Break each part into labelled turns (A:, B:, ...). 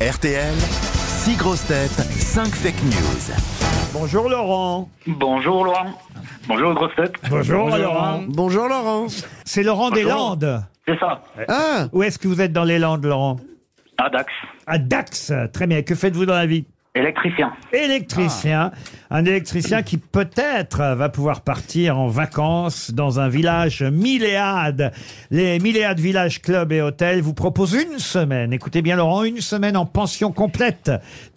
A: RTL, 6 grosses têtes, 5 fake news.
B: Bonjour Laurent.
C: Bonjour Laurent. Bonjour les grosses têtes.
B: Bonjour, Laurent.
D: Bonjour Laurent.
B: C'est Laurent des
C: Bonjour.
B: Landes.
C: C'est ça.
D: Ah,
B: Où est-ce que vous êtes dans les Landes, Laurent
C: À Dax.
B: À Dax. Très bien. Que faites-vous dans la vie
C: Électricien.
B: Électricien. Un électricien qui peut-être va pouvoir partir en vacances dans un village milléade. Les milléades villages clubs et hôtels vous proposent une semaine. Écoutez bien Laurent, une semaine en pension complète.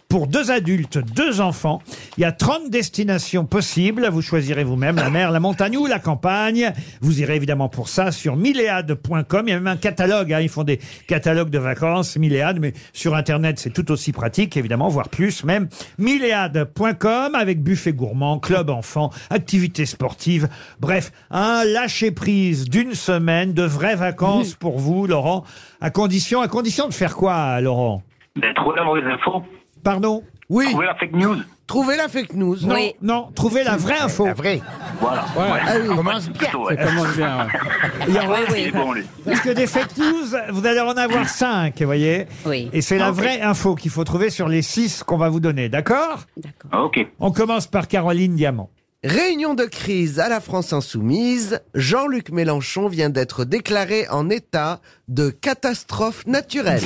B: Pour deux adultes, deux enfants, il y a 30 destinations possibles. Vous choisirez vous-même la mer, la montagne ou la campagne. Vous irez évidemment pour ça sur milléade.com. Il y a même un catalogue. hein. Ils font des catalogues de vacances, milléade, mais sur Internet, c'est tout aussi pratique, évidemment, voire plus même. milléade.com avec buffet gourmand, club enfant, activités sportives. Bref, un lâcher-prise d'une semaine de vraies vacances pour vous, Laurent. À condition, à condition de faire quoi, Laurent?
C: Ben, trouvez la mauvaise info.
B: Pardon?
D: oui,
C: Trouvez la fake news.
D: trouvez la fake news.
B: Non,
E: Oui.
B: non, trouvez la vraie info.
D: vrai.
C: Voilà.
D: Ah oui,
C: Plutôt, ouais.
B: Il
E: Ah
B: y aura-
C: Il est bon, lui.
B: Parce que des fake news, vous allez en avoir cinq, vous voyez
E: Oui.
B: Et c'est la
C: Ah, oui.
B: vraie info qu'il faut trouver sur les six qu'on va vous donner, d'accord
E: D'accord.
C: Ok.
B: On commence par Caroline Diamant.
D: Réunion de crise à la France insoumise, Jean-Luc Mélenchon vient d'être déclaré en état de catastrophe naturelle.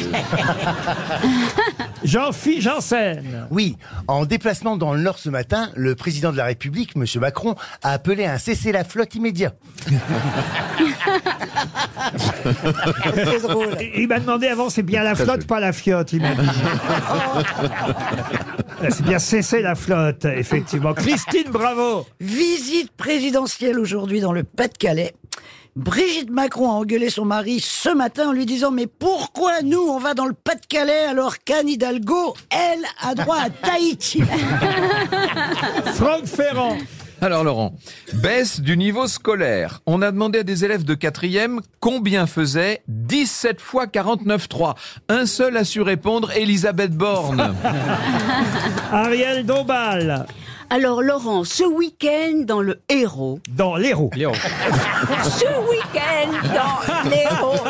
B: Jean-Phi Janssen.
F: Oui, en déplacement dans le Nord ce matin, le président de la République, M. Macron, a appelé à un cessez-la-flotte immédiat.
B: Il il m'a demandé avant, c'est bien la flotte, pas la fiotte, il m'a dit. C'est bien cesser la flotte, effectivement. Christine, bravo
G: Visite présidentielle aujourd'hui dans le Pas-de-Calais. Brigitte Macron a engueulé son mari ce matin en lui disant Mais pourquoi nous on va dans le Pas-de-Calais alors qu'Anne Hidalgo, elle, a droit à Tahiti
B: Franck Ferrand.
H: Alors Laurent, baisse du niveau scolaire. On a demandé à des élèves de quatrième combien faisait 17 fois 49,3. Un seul a su répondre, Elisabeth Borne.
B: Ariel Dombal,
E: Alors Laurent, ce week-end dans le héros.
B: dans l'Hérault.
E: Ah, Ce week-end dans l'héros.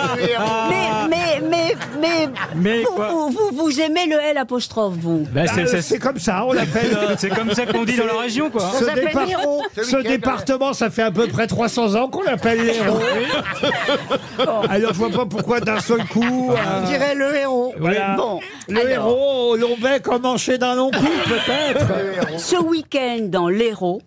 E: Mais, mais, mais, mais,
B: Mais
E: vous,
B: quoi
E: vous, vous, vous aimez le L apostrophe, vous.
B: Ah, euh, c'est comme ça, on l'appelle. euh,
I: C'est comme ça qu'on dit dans la région, quoi.
B: Ce, départ- ce département, ça fait à peu près 300 ans qu'on l'appelle l'héros. Alors je vois pas pourquoi d'un seul coup. euh,
G: On dirait le héros.
B: voilà. le héros, Lombec emmanché d'un long coup, peut-être.
E: Ce week-end dans l'héros,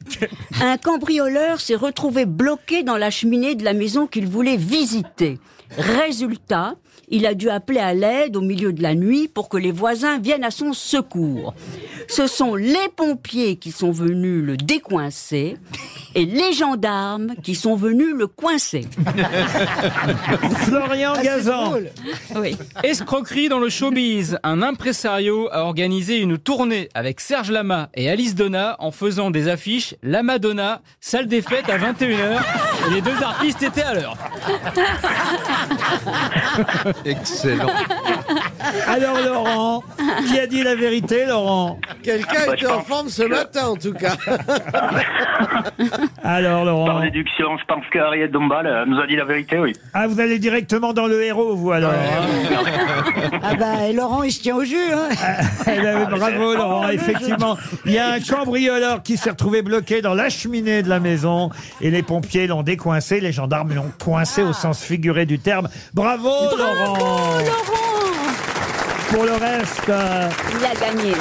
E: un cambrioleur s'est retrouvé bloqué dans la cheminée de la maison qu'il voulait visiter. Résultat, il a dû appeler à l'aide au milieu de la nuit pour que les voisins viennent à son secours. Ce sont les pompiers qui sont venus le décoincer et les gendarmes qui sont venus le coincer.
B: Florian
G: Ah,
B: Gazan.
E: Oui.
I: Escroquerie dans le showbiz. Un impresario a organisé une tournée avec Serge Lama et Alice Donna en faisant des affiches La Madonna, salle des fêtes à 21h. Et les deux artistes étaient à l'heure.
H: Excellent.
B: Alors Laurent, qui a dit la vérité, Laurent
D: Quelqu'un
C: Bah, je
D: était en
C: pense
D: forme ce
C: que-
D: matin en tout cas.
B: Alors
C: Par
B: Laurent.
C: déduction, je pense qu'Ariel Dombal euh, nous a dit la vérité, oui.
B: Ah, vous allez directement dans le héros, vous alors.
G: Ah bah, et Laurent, il se tient au jus. Hein.
B: Eh ben, bravo Laurent, effectivement. Il y a un cambrioleur qui s'est retrouvé bloqué dans la cheminée de la maison et les pompiers l'ont décoincé, les gendarmes l'ont coincé au sens figuré du terme. Ah. Bravo, Laurent
E: Oh, Laurent
B: Pour le reste, euh,
E: Il a gagné.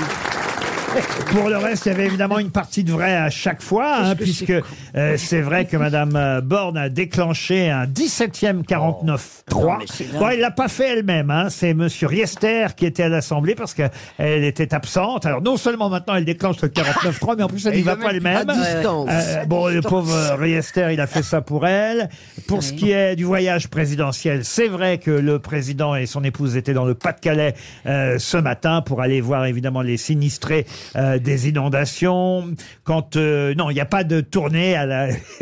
B: pour le reste, il y avait évidemment une partie de vrai à chaque fois, hein, puisque euh, c'est vrai que Madame euh, Borne a déclenché un 17e 49-3. bon, elle l'a pas fait elle-même. Hein, c'est Monsieur Riester qui était à l'Assemblée parce qu'elle était absente. Alors non seulement maintenant elle déclenche le 49-3, mais en plus elle
D: Et
B: n'y
D: il
B: va
D: le
B: pas
D: met
B: elle-même.
D: à distance.
B: Euh, bon, le pauvre Riester, il a fait ça pour elle. Pour ce qui est du voyage présidentiel, c'est vrai que le président et son épouse étaient dans le Pas-de-Calais euh, ce matin pour aller voir évidemment les sinistrés euh, des inondations, quand euh, non, il n'y a pas de tournée à la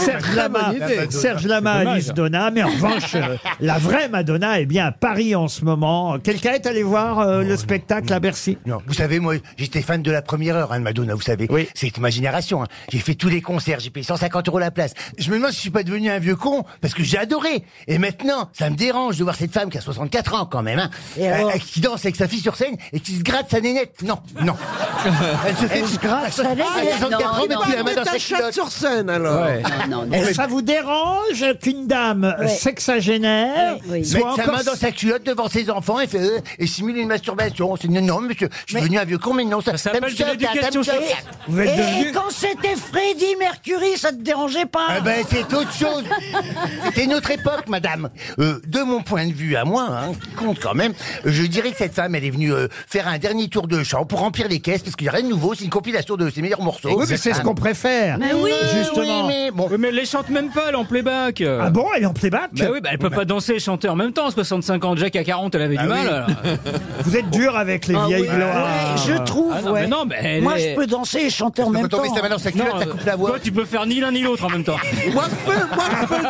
B: Serge Lama,
D: bonne idée.
B: Serge Lama,
I: C'est dommage.
B: Alice Donna, mais en revanche, euh, la vraie Madonna est bien à Paris en ce moment. Quelqu'un est allé voir euh, le spectacle à Bercy
F: Non, vous savez, moi, j'étais fan de la première heure hein, de Madonna, vous savez.
B: Oui.
F: C'est ma génération. hein. J'ai fait tous les concerts, j'ai payé 150 euros la place. Je me demande si je suis pas devenu un vieux con, parce que j'ai adoré. Et maintenant, ça me dérange de voir cette femme qui a 64 ans quand même, hein,
I: Eh
G: Et alors
I: oh.
F: euh, euh, qui danse avec sa fille sur scène et qui se gratte sa nénette. Non, non. elle se Ah,
G: Elle se gratte sa nénette.
F: Elle a 64
E: Non,
F: ans, mais
E: non,
F: puis elle met
D: Mais
F: dans sa
D: ta chatte
F: culotte.
D: sur scène alors.
E: Non, non, non.
B: Est-ce que Eh, ça vous dérange qu'une dame
G: Ouais.
B: sexagénaire
E: Oui, oui.
B: soit
F: Mettre sa
B: encore-
F: main dans sa culotte devant ses enfants et, fait, euh, et simule une masturbation. C'est- Non, non, monsieur, je suis devenu un vieux con, mais non, ça,
I: Ça
F: même
I: s'appelle de
F: ça,
I: l'éducation
F: ça- ça-
I: sexuelle.
B: Vous êtes
G: Et
B: devenu-
G: quand c'était Freddie Mercury, ça te dérangeait pas
F: Ah ben c'est autre chose. C'était notre époque, madame. Euh, de mon point de vue à moi, hein, qui compte quand même, je dirais que cette femme, elle est venue euh, faire un dernier tour de chant pour remplir les caisses, parce qu'il n'y a rien de nouveau, c'est une compilation de ses meilleurs morceaux.
B: Oui, mais c'est ce
F: Ah,
B: qu'on préfère.
F: oui,
B: justement.
F: oui, mais bon.
I: Oui, mais elle les chante même pas, elle est en playback.
B: Ah bon, elle est en playback
I: Bah oui, bah elle peut pas danser et chanter en même temps. 65 ans, Jack à 40, elle
F: Ah
I: avait du mal. alors.
B: Vous êtes dur avec les vieilles gloires.
G: Ouais, je trouve,
I: Ah non,
G: ouais.
I: mais non, mais elle
G: Moi,
I: est-
G: je peux danser et chanter en
F: Quand
G: même
F: on
G: temps.
F: met sa main dans sa culotte,
I: Non,
F: ça coupe la voix.
I: euh, Toi, tu peux faire ni l'un ni l'autre en même temps.
D: Moi je peux, moi je peux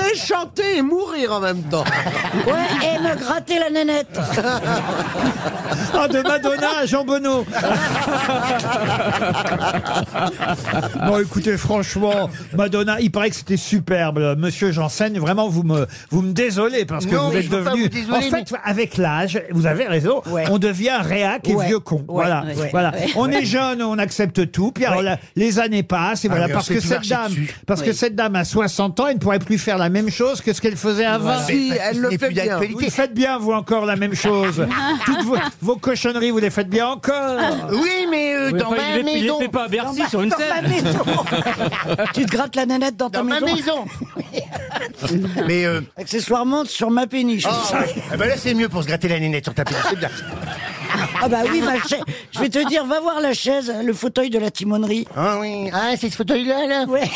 D: danser, chanter et mourir en même temps.
G: hein. Ouais, et me gratter la nénette.
B: Ah, de Madonna à Jean Bonneau. bon, écoutez, franchement, Madonna, il paraît que c'était superbe. Monsieur Janssen, vraiment, vous me, vous me désolez parce que
F: Non,
B: vous
F: mais
B: êtes
F: je veux pas
B: devenu.
F: vous désoler,
B: en fait, avec l'âge, vous avez raison, on devient réac et
G: Ouais.
B: vieux con. voilà.
G: ouais,
B: voilà. On est jeune, on accepte tout. Puis alors, la- les années passent. Et voilà,
F: Ah, mais on
B: parce
F: s'est
B: que
F: tout
B: cette
F: marché
B: dame,
F: dessus.
B: parce que
E: Oui.
B: cette dame à 60 ans, elle ne pourrait plus faire la même chose que ce qu'elle faisait avant.
D: Si,
F: Ah, Parce que
D: elle
F: ce
D: le
F: n'est
D: fait
F: plus
D: bien.
F: d'actualité.
B: Vous faites bien, vous, encore la même chose. Toutes vos, vos cochonneries, vous les faites bien encore.
F: Oui, mais euh,
I: Oui,
F: dans
I: enfin,
F: ma
I: il est- il
F: maison.
I: était pas à Bercy Ah, sur une
G: Dans ma
I: scène.
G: maison. tu te grattes la nénette dans ta
F: Dans ma
G: maison.
F: maison. mais euh,
G: Accessoirement, sur ma péniche.
F: ah, ouais. Ah ben là, c'est mieux pour se gratter la nénette sur ta péniche. C'est bien.
G: Ah bah oui, ma chaise. Je vais te dire, va voir la chaise, le fauteuil de la timonerie.
F: Ah oui. Ah, c'est ce fauteuil-là, là.
G: Ouais.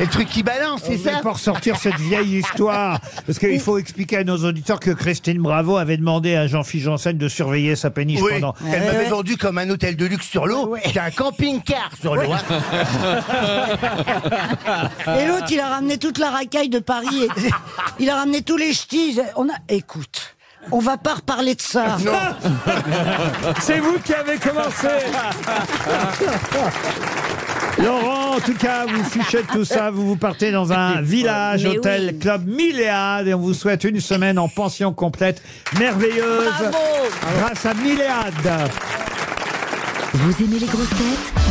F: Et le truc qui balance, c'est
B: Vous
F: ça.
B: voulez pas ressortir cette vieille histoire. Parce qu'il faut expliquer à nos auditeurs que Christine Bravo avait demandé à Jean-Philippe Janssen de surveiller sa péniche
F: Oui,
B: pendant.
F: elle m'avait vendu comme un hôtel de luxe sur l'eau, c'est un camping-car sur l'eau. hein.
G: Et l'autre, il a ramené toute la racaille de Paris. et- il a ramené tous les ch'tis. On a... Écoute, on va pas reparler de ça.
B: C'est vous qui avez commencé. Laurent, en tout cas, vous fichez de tout ça, vous vous partez dans un village,
E: Mais oui.
B: hôtel, club Milléade, et on vous souhaite une semaine en pension complète, merveilleuse, grâce à Milléade.
J: Vous aimez les grosses têtes